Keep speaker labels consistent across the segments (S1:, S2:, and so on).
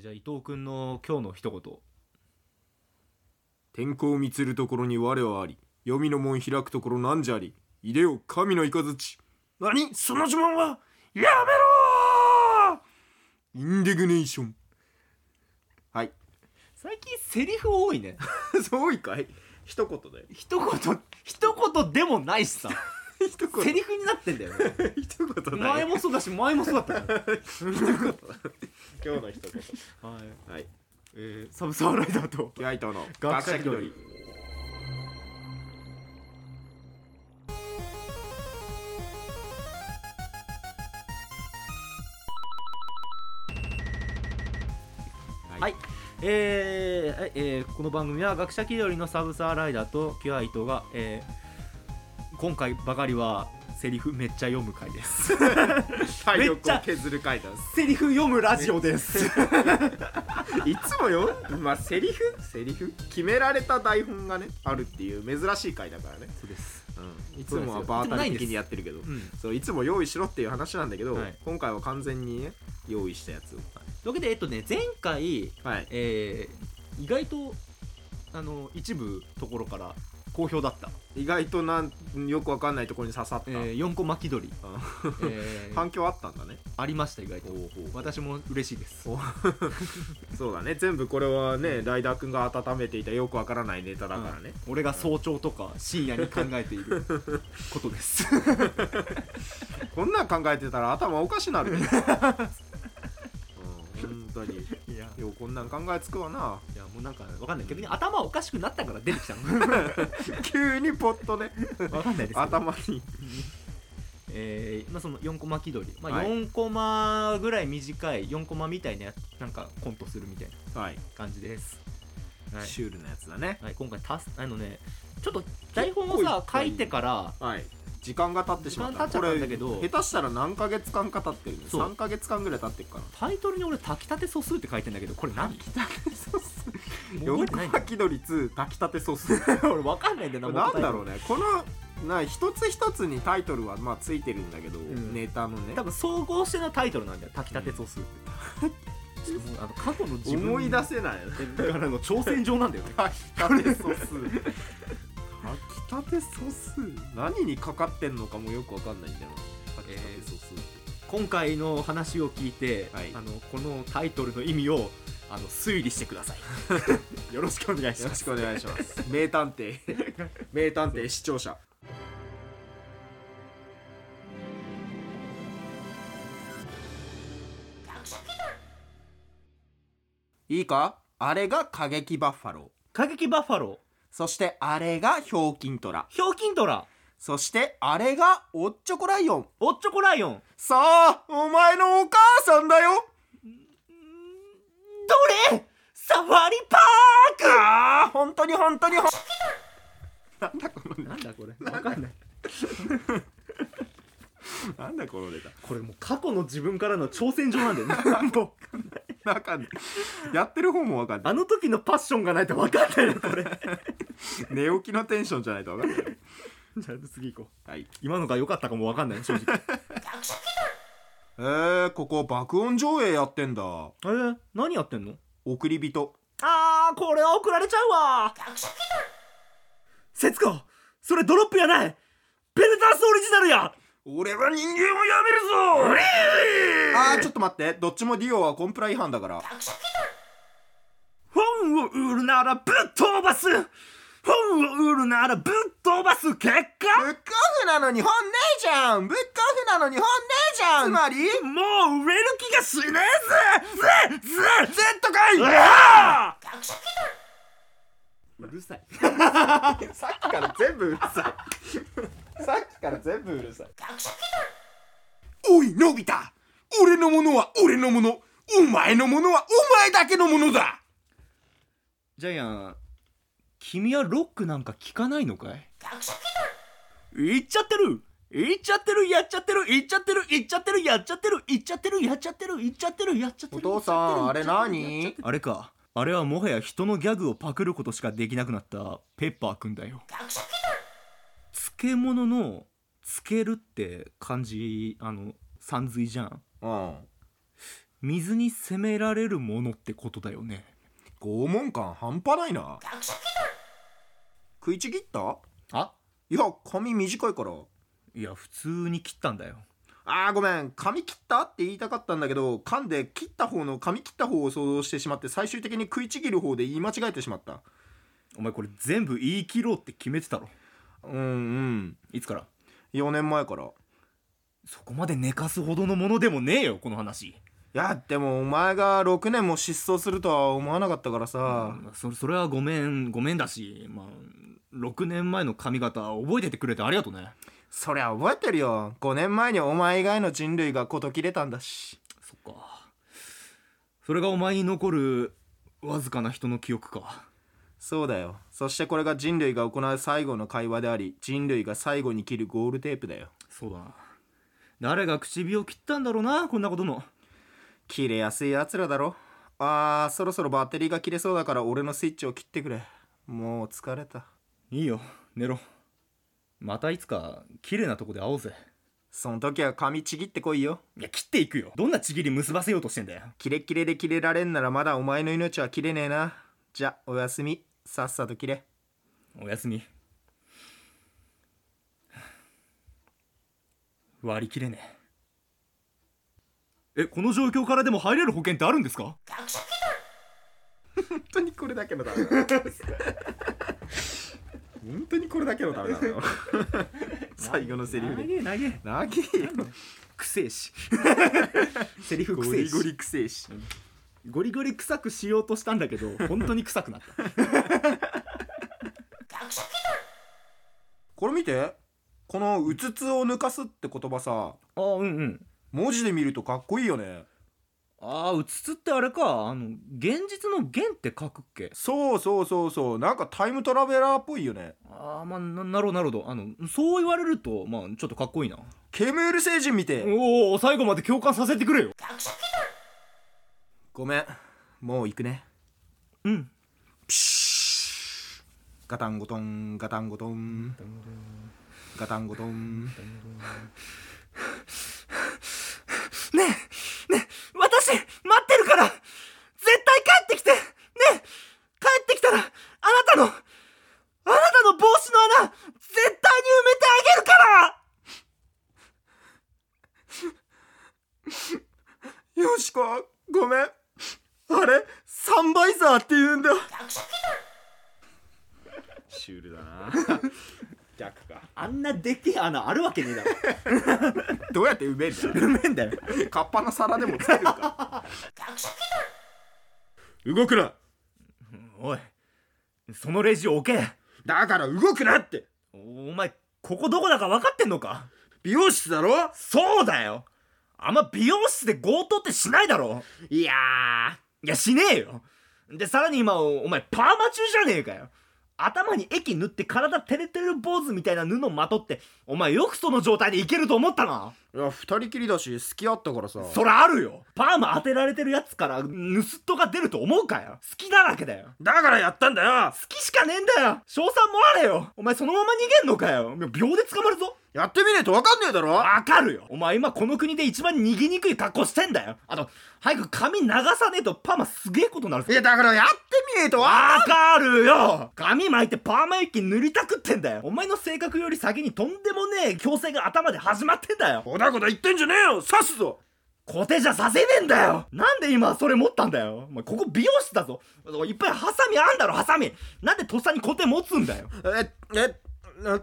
S1: じゃあ伊藤君の今日の一言
S2: 天候を見つるところに我はあり黄泉の門開くところなんじゃり入れよ神の雷何その呪文はやめろーインデグネーションはい
S1: 最近セリフ多い ね
S2: そういかい一言だよ
S1: 一言一言でもないしさ
S2: 一
S1: セリフになってんだよね
S2: 一言だ
S1: 前
S2: よ
S1: もそうだし前もそうだったから
S2: 今日の一言
S1: はい
S2: はい
S1: えー、サブサーライダーと
S2: キュアイトの
S1: 学者気取りはい、えーはいえーこの番組は学者気取りのサブサーライダーとキュア伊藤が、えー今回ばかりはセリフめっちゃ読む回です
S2: 体
S1: めっち
S2: 力
S1: ゃ
S2: を削る回だ
S1: セリフ読むラジオです
S2: いつもよまあセリフセリフ決められた台本がねあるっていう珍しい回だからね
S1: そうです、
S2: うんいつもは場当たり的にやってるけど
S1: うん、という
S2: そういつも用意しろっていう話なんだけど、
S1: はい
S2: 今回は完全にね用意したやつを
S1: わけでえっとね前回
S2: はい
S1: えー意外とあの一部ところから好評だった、
S2: 意外となんよくわかんないところに刺さった、
S1: え4個巻き鳥、
S2: あ
S1: え ー
S2: 反響あったんだね
S1: ありました意外と私も嬉しいです
S2: おそうだね全部これはね、ライダーくんが温めていたよくわからないネタだからね、
S1: 俺が早朝とか深夜に考えてい ることです
S2: こんなん考えてたら頭おかしな るねうん本当に
S1: いや
S2: ようこんなん考えつく わな
S1: いやもうなんかわかんない逆に頭おかしくなったから出てきた
S2: 急にポッとね
S1: の わかんないですけど
S2: 頭に
S1: えーまあ、その4コマ気取り、まあ、
S2: はい
S1: 4コマぐらい短い4コマみたいなやなんかコントするみたいな
S2: はい、
S1: 感じです、はい
S2: シュールなやつだね
S1: はい、今回たすあのねちょっと台本をさ
S2: 結構
S1: 書
S2: いっぱい
S1: いてから
S2: はい時間が経ってしまった
S1: 時間経っちゃったんだけど
S2: これ下手したら何ヶ月間か経ってるね
S1: そう
S2: 3ヶ月間ぐらい経ってるかな
S1: タイトルに俺「炊きたて素数」って書いてんだけどこれ何もう覚えてないん
S2: 四
S1: だ
S2: コマ気取り2炊きたてソース
S1: 俺分かんないんだよな
S2: なんだろ
S1: う
S2: うねこのな一つ一つにタイトルはまあついてるんだけど、
S1: ん
S2: ネタのね
S1: 多分総合してのタイトルなんだよ「炊きたて素数」って、ちょっともうあの過去の自分
S2: 思い出せないよね
S1: からの挑戦状なんだよね
S2: 炊きたて ソース炊きたてソース何にかかってんのかもよくわかんないんだよ炊きたてソース、
S1: 今回の話を聞いて、
S2: はい
S1: あのこのタイトルの意味をあの推理してください よろしくお願いし
S2: よ
S1: ま
S2: ろし
S1: す
S2: くお願いします名探 偵名探偵視聴者いいかあれが過激バッファロー
S1: 過激バッファロ
S2: そしてあれがひょうきんトラ
S1: ーひょうきんトラ
S2: そしてあれがおっちょこライオン
S1: おっちょこライオン
S2: さあお前のお母さんだよ
S1: どれサファリパ
S2: ああ本当に本当にほん なんだこのネ
S1: ーなんだこれ分かんない
S2: タなんだこのネタ
S1: これもう過去の自分からの挑戦状 なんだよねもう
S2: わかんない。やってる方もわかんない
S1: あ。の時のパッションがないと分かんない なこれじゃ
S2: 寝起きのテンションじゃないとわかんないよ。
S1: あ次行こう
S2: はい。
S1: 今のが良かったかも分かんない正直
S2: えー、ここ爆音上映やってん だ。
S1: えー、何やってんの
S2: 送り人。
S1: あーこれは送られちゃうわ節子それドロップやないベルタンスオリジナルや
S2: 俺は人間をやめるぞあー、ちょっと待って。どっちもディオはコンプラ違反だから。
S1: 本を売るならぶっ飛ばす本を売るならぶっ飛ばす結
S2: ブックオフなのに本ねえじゃんブックオフなのに本ねえじゃんつまり
S1: 果もう売れる気がしねえぜぜぜ
S2: !Z かいう
S1: るさい
S2: さっきから全部うるさい。さっきから全部うるさい。おい、のび太俺のものは俺のものお前のものはお前だけのものだ
S1: ジャイアン君はロックなんか聞かないのかい言っちゃってる言っちゃってるやっちゃってる言っちゃってる言っちゃってるやっちゃってる言っちゃってるやっちゃってる言っちゃってるやっちゃってる
S2: お父さんあれ何
S1: あれかあれはもはや人のギャグをパクることしかできなくなったペッパーくんだよ漬物の漬けるって漢字あのさんずいじゃん
S2: うん
S1: 水に攻められるものってことだよね
S2: 拷問感半端ないな食いちぎった
S1: あ
S2: いや髪短いから
S1: いや普通に切ったんだよ
S2: あーごめん髪切ったって言いたかったんだけど噛んで切った方の髪切った方を想像してしまって最終的に食いちぎる方で言い間違えてしまった
S1: お前これ全部言い切ろうって決めてたろ
S2: うんうん
S1: いつから
S2: 4年前からい
S1: そこまで寝かすほどのものでもねえよこの話
S2: やでもお前が6年も失踪するとは思わなかったからさ、
S1: まあそそれはごめんごめんだしまあ6年前の髪型覚えててくれてありがとうね
S2: そりゃ覚えてるよ5年前にお前以外の人類が事切れたんだし
S1: そっかそれがお前に残るわずかな人の記憶か
S2: そうだよそしてこれが人類が行う最後の会話であり人類が最後に切るゴールテープだよ
S1: そうだな誰が唇を切ったんだろうなこんなことの
S2: 切れやすいやつらだろあーそろそろバッテリーが切れそうだから俺のスイッチを切ってくれもう疲れた
S1: いいよ寝ろまたいつか綺麗なとこで会おうぜ
S2: その時は髪ちぎってこいよ
S1: いや切っていくよどんなちぎり結ばせようとしてんだよ
S2: キレッキレで切れられんならまだお前の命は切れねえなじゃおやすみさっさと切れ
S1: おやすみ割り切れねええこの状況からでも入れる保険ってあるんですか
S2: 本当にこれだけのダメ だ本当にこれだけのダメだよ最後のセリフで
S1: げえ長え
S2: 長えよ
S1: くせえしセリフ
S2: ゴ
S1: くせえ
S2: リ
S1: し
S2: ゴリくせえし
S1: ゴリゴリ臭くしようとしたんだけど本当に臭くなった
S2: これ見てこの「うつつを抜かす」って言葉さ
S1: あーうんうん
S2: 文字で見るとかっこいいよね
S1: ああうつつってあれかあの現実の現って書くっけ
S2: そうそうそうそうなんかタイムトラベラーっぽいよね
S1: ああまあななるほどなるほどあのそう言われるとまあちょっとかっこいいな
S2: ケムール星人見て
S1: おお最後まで共感させてくれよ
S2: ごめんもう行くね
S1: うん
S2: ピシューガタンゴトンガタンゴトンガタンゴトン
S1: ねえねえ私待ってるから絶対帰ってきてねえ帰ってきたらあなたのあなたの帽子の穴絶対に埋めてあげるから
S2: よしこごめんあれサンバイザーって言うんだシュールだな逆か
S1: あんなでっけえ穴あるわけねえだろ
S2: どうやって埋めるんだ
S1: うめえんだよ
S2: カッパの皿でもつけるか動くな
S1: おいそのレジを置け
S2: だから動くなって
S1: おお前ここどこだか分かってんのか
S2: 美容室だろ
S1: そうだよあんま美容室で強盗ってしないだろ
S2: いや
S1: いやしねえよでさらに今おお前パーマ中じゃねえかよ頭に液塗って体照れてる坊主みたいな布まとってお前よくその状態でいけると思ったない
S2: や二人きりだし好き合ったからさ
S1: そらあるよパーマ当てられてるやつから盗っ人が出ると思うかよ好きだらけだよ
S2: だからやったんだよ
S1: 好きしかねえんだよ賞賛もられよお前そのまま逃げんのかよ秒で捕まるぞ
S2: やってみねえと分かんねえだろ
S1: わかるよお前今この国で一番逃げにくい格好してんだよあと早く髪流さねえとパーマすげえことになるぞ
S2: いやだからやってみねえとわ
S1: わかるよ髪巻いてパーマ液塗りたくってんだよお前の性格より先にとんでもねえ強制が頭で始まってんだよ
S2: こだこだ言ってんじゃねえよ刺すぞ
S1: コテじゃさせねえんだよなんで今それ持ったんだよお前ここ美容室だぞいっぱいハサミあんだろハサミなんでとっさにコテ持つんだよ
S2: ええな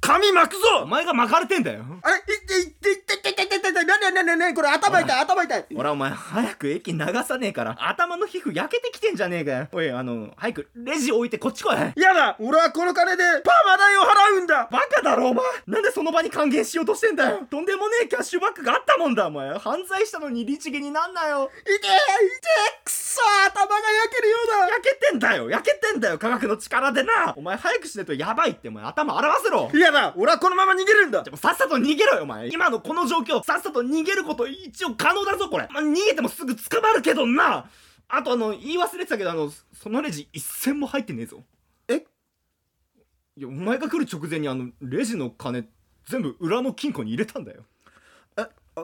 S2: 髪巻く
S1: お
S2: ぞ
S1: 前が巻かれてんだよ
S2: あれいっていっていっていっていっていっていってなになになになにこれ頭痛い頭痛い
S1: ほらお前早く液流さねえから頭の皮膚焼けてきてんじゃねえかよおいあの早くレジ置いてこっち来い
S2: やだ俺はこの金でパーマ代を払うんだ
S1: バカだろお前なんでその場に還元しようとしてんだよとんでもねえキャッシュバックがあったもんだお前犯罪したのに律儀になんなよ
S2: 痛え痛えくそ頭が焼けるようだ
S1: 焼けてんだよ焼けてんだよ科学の力でなお前早くしないとやばいってお前頭洗わせろ
S2: いやだ俺はこのまま逃げるんだ
S1: でもさっさと逃げろよお前今のこの状況さっさと逃げること一応可能だぞこれ、まあ、逃げてもすぐ捕まるけどなあとあの言い忘れてたけどあのそのレジ一銭も入ってねえぞ
S2: え
S1: いやお前が来る直前にあのレジの金全部裏の金庫に入れたんだよ
S2: えあ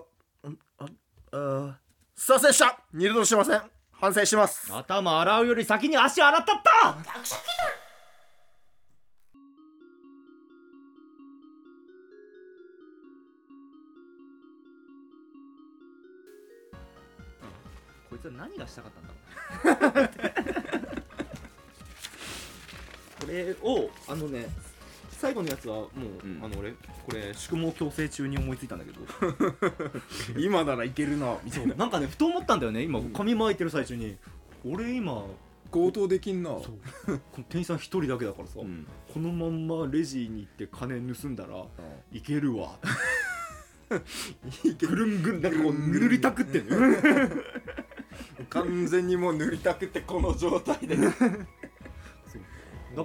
S2: ああすいませんでした二度としません反省します
S1: 頭洗うより先に足洗ったったこいつは何がしたかったんだろうこれをあのね最後のやつはもう、
S2: うん
S1: あの俺これ宿毛矯正中に思いついたんだけど
S2: 今ならいけるなみた
S1: そ
S2: いな
S1: うなんかねふと思ったんだよね今髪巻いてる最中に俺今
S2: 強盗できんな
S1: そうこの店員さん一人だけだからさ、
S2: うん
S1: このまんまレジに行って金盗んだらいける わぐるんぐるんなんかこう塗りたくってんのよ
S2: 完全にもう塗りたくてこの状態 で
S1: だか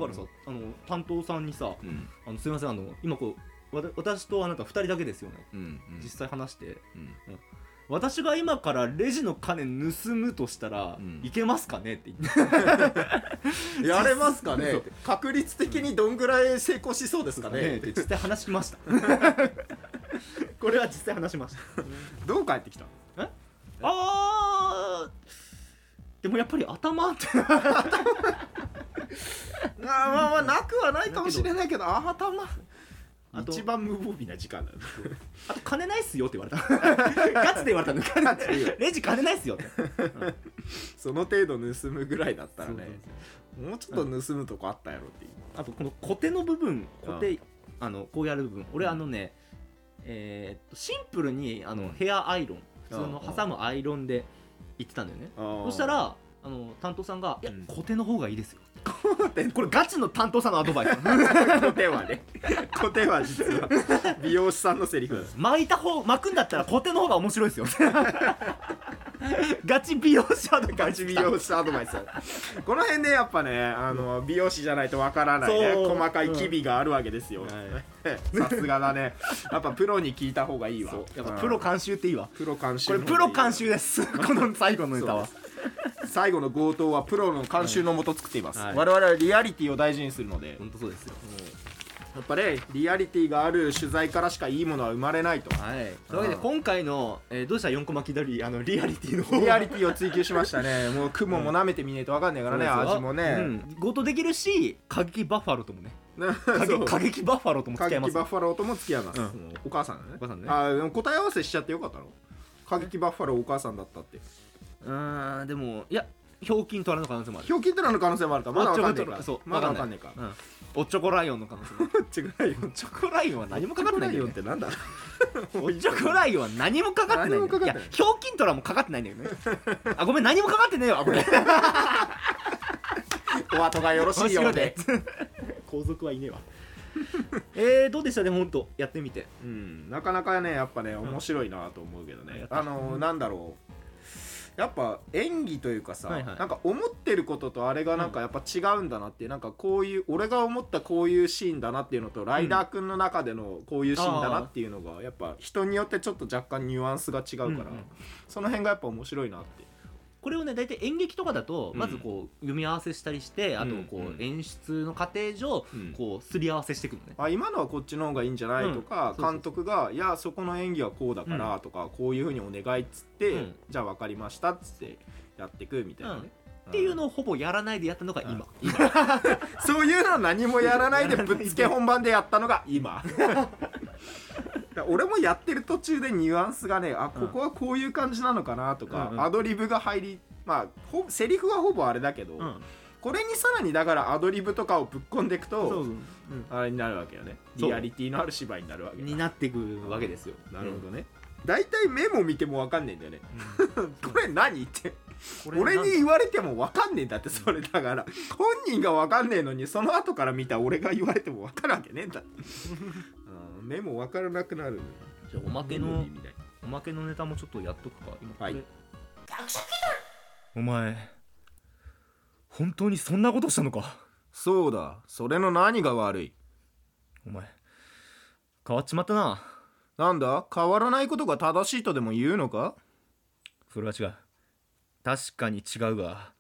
S1: らさあの担当さんにさ
S2: うん
S1: あのすいませんあの今こうわた私とあなた2人だけですよね
S2: うん
S1: 実際話して
S2: うん
S1: 私が今からレジの金盗むとしたら、
S2: うん
S1: いけますかねって言って
S2: やれますかね
S1: そう
S2: 確率的にどんぐらい成功しそうですか
S1: ね
S2: ね
S1: って実際話しました これは実際話しました
S2: どう帰ってきた
S1: あーでもやっぱり頭って
S2: まあまあまあなくはないかもしれないけどあ頭
S1: あと
S2: 一番無防備な時 間だ
S1: あと金ないっすよって言われ たガチで言われたの金
S2: チで言う
S1: レジ金ないっすよって
S2: その程度盗むぐらいだったら
S1: そう
S2: ね
S1: そう
S2: もうちょっと盗むとこあったやろっていう
S1: あとこのコテの部分コテあのこうやる部分俺あのねえーっとシンプルにあ
S2: うん
S1: のヘアアイロン普通
S2: うん
S1: の
S2: うん
S1: 挟むアイロンで言ってたんだよね
S2: そ
S1: そした らあの担当さんが「いや
S2: うん
S1: コテの方がいいですよ」
S2: テ
S1: これガチの担当さんのアドバイ ス
S2: コテはねコテは実は美容師さんのセリフ
S1: 巻いた方巻くんだったらコテの方が面白いです よガチ美容師アドバ
S2: ガ
S1: イス
S2: チ美容師アドバイスこの辺でやっぱねあの美容師じゃないとわからないね
S1: そう
S2: 細かい機微があるわけですよ、さすがだねやっぱプロに聞いた方がいいわ
S1: そうやっぱプロ監修っていいわ
S2: うんプロ監
S1: こ
S2: 修の
S1: れ
S2: 方がいい
S1: プロ監修です この最後のネタは
S2: そう最後の強盗はプロの監修のもと作っています、
S1: はい
S2: 我々はリアリティを大事にするので、
S1: 本当そうですよ
S2: やっぱねリアリティがある取材からしかいいものは生まれないと
S1: はいというわけで
S2: うん
S1: 今回の、えーどうした4コマ気取りあのリアリティの方
S2: リアリティを追求しましたねもう雲も舐めてみねえと分かんねえからね、味もね、
S1: うん、強盗できるし過激バッファローとも ね
S2: ね
S1: 過
S2: そ
S1: 激
S2: う
S1: 過激バッファローとも
S2: 過
S1: 付き合いま
S2: 激
S1: す
S2: バッファローとも付き合います、
S1: うん
S2: そのお母さんだね
S1: お母さんね
S2: あーでも答え合わせしちゃってよかったの過激バッファローお母さんだった って
S1: うーんでもいやひょうきん取らの可能性もある
S2: ひょうきんとらの可能性もあるからまだ分かんねえから
S1: そう
S2: まだ分かんねえか
S1: うんおっちょこライオンの可能性もある
S2: ら 違うよ
S1: おっちょこライオンは何もかかってないんだよ、
S2: っ
S1: ね、
S2: て なんだ
S1: おっちょこライオンは何もかかってないん
S2: 何も
S1: だ
S2: か
S1: よいや
S2: かってない
S1: ひょうきん取らもかかってないんだよねあごめん何もかかってねえわこ れ
S2: お後がよろしいようで、
S1: 皇族 はいねえわえー、どうでしたねほんとやってみて
S2: うん、なかなかねやっぱね面白いなと思うけど
S1: ありが、
S2: ね
S1: とう
S2: あのーなんだろうやっぱ演技というかさ、
S1: はいはい
S2: なんか思ってることとあれがなんかやっぱ違うんだなっていう、なんかこういう俺が思ったこういうシーンだなっていうのと、ライダーくんの中でのこういうシーンだなっていうのがやっぱ人によってちょっと若干ニュアンスが違うから、
S1: うんうん
S2: その辺がやっぱ面白いなって
S1: これをね大体演劇とかだと、
S2: うん
S1: まずこう読み合わせしたりしてあとこ
S2: うん
S1: う
S2: うん
S1: 演出の過程上、
S2: うん
S1: こうすり合わせしていくのね、
S2: あ今のはこっちの方がいいんじゃないとか、
S1: うんそうそうそう
S2: 監督が「いやそこの演技はこうだから」とか、こういうふうにお願いっつって、
S1: うん
S2: じゃあ分かりましたっつってやってくみたいなね、
S1: うんっていうのをほぼやらないでやったのが
S2: うん
S1: 今、
S2: そういうのは何もや らないでぶっつけ本番でやったのが今だから俺もやってる途中でニュアンスがねあここはこういう感じなのかなとか、
S1: うんうん
S2: アドリブが入りまあほセリフはほぼあれだけど、
S1: うん
S2: これにさらにだからアドリブとかをぶっ込んでいくと
S1: そう
S2: あれになるわけよね
S1: そう
S2: リアリティのある芝居になるわけだ
S1: になっていくわけですよ、
S2: なるほどね、大体メモ見ても分かんねえんだよね これ何って
S1: うん
S2: 俺に言われても分かんねえんだってそれだから本人が分かんねえのにその後から見た俺が言われても分かるわけね えんだうんメモ分からなくなる
S1: じゃあおまけ
S2: メモ
S1: の
S2: にみたいな
S1: おまけのネタもちょっとやっとくか今これ
S2: はい
S1: お前本当にそんなことしたのか
S2: そうだそれの何が悪い
S1: お前変わっちまったな
S2: なんだ変わらないことが正しいとでも言うのか
S1: それは違う確かに違うが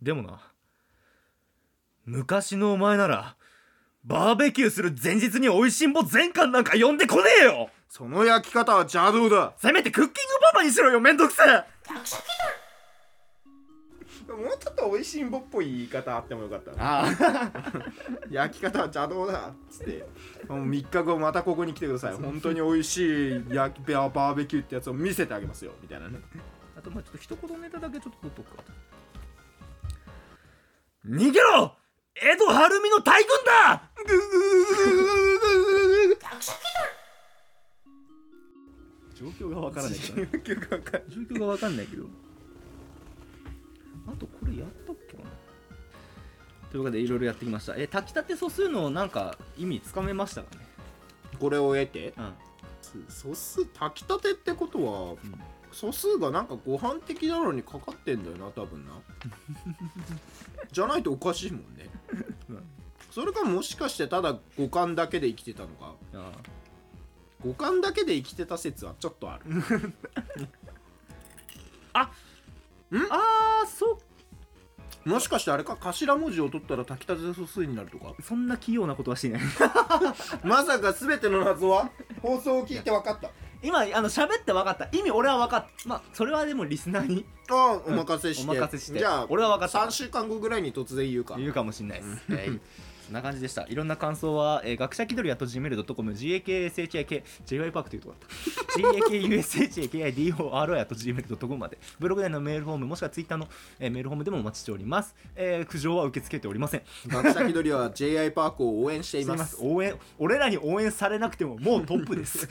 S1: でもな昔のお前ならバーベキューする前日に美味しんぼ全巻なんか呼んでこねえよ
S2: その焼き方は邪道だ
S1: せめてクッキングパパにしろよめんどくせえ
S2: もうちょっと美味しいんぼっぽい言い方あってもよかったな
S1: あ
S2: 焼き方は邪道だっつってもう3日後またここに来てください本当に美味しい焼きバーベキューってやつを見せてあげますよみたいなね
S1: あとまあちょっと一言ネタだけちょっと取っとくか逃げろ江戸晴海の大軍だ状況がわからない けど状況がわかんないけどあとこれやったっけかなというわけでいろいろやってきましたえ炊きたて素数のなんか意味つかめましたかね
S2: これを得て
S1: うん
S2: 素数炊きたてってことは
S1: ん
S2: 素数がなんかご飯的なのにかかってんだよな多分なじゃないとおかしいもんね
S1: うん
S2: それかもしかしてただ五感だけで生きてたのか
S1: あ
S2: 五感だけで生きてた説はちょっとある
S1: あーそ
S2: もしかしてあれか頭文字を取ったら炊きたて素数になるとか
S1: そんな器用なことはしていない
S2: まさか全ての 謎は放送を聞いて分かった
S1: 今あの喋って分かった意味俺は分かったまあそれはでもリスナーに
S2: ああお任せして,、
S1: お任せして
S2: じゃあ
S1: 俺は分かった
S2: 3週間後ぐらいに突然言うか
S1: 言うかもしれないです。はいそんな感じでした。いろんな感想は、えー、学者気取りやと gmail.com、gakshik、jypark というところだった。gakushakidoro やと gmail.com まで、ブログ内のメールフォーム、もしくはツイッターの、えーメールフォームでもお待ちしております。えー苦情は受け付けておりません。
S2: 学者気取りは J.I. パークを応援していま す
S1: すいません応援、俺らに応援されなくてももうトップです。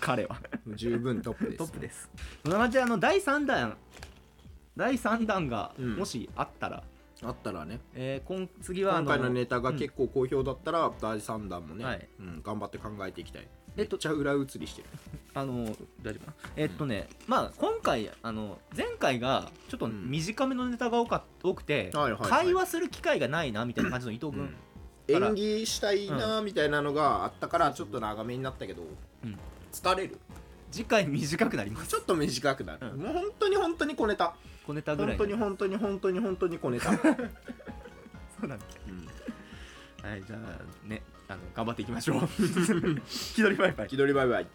S1: 彼は。
S2: 十分トップです
S1: トップです。そんな感じで、あの、第3弾、第3弾が、
S2: うん
S1: もしあったら、
S2: あったらね
S1: えー今次はあ
S2: 今
S1: の、
S2: 回のネタが結構好評だったら、第3弾もね、
S1: はい
S2: うん、頑張って考えていきたい
S1: え
S2: め
S1: っ
S2: っ
S1: と
S2: ちゃ裏移りしてる
S1: あの大丈夫かなえっとね、まあ今回あの前回がちょっと
S2: うん
S1: 短めのネタが多か多くて、
S2: はいはいはい
S1: 会話する機会がないなみたいな感じの伊藤君、から
S2: 演技したいなみたいなのがあったからちょっと長めになったけど、
S1: うん
S2: 疲れる
S1: 次回短くなります
S2: ちょっと短くなる、
S1: うん
S2: もう本当に本当に小ネタ
S1: 小ネタぐら
S2: 本
S1: い
S2: 当に本当に本当に本当に小ネタ、
S1: そうなんだ はいじゃあねあの頑張っていきましょう気取りバイバイ
S2: 気取りバイバイ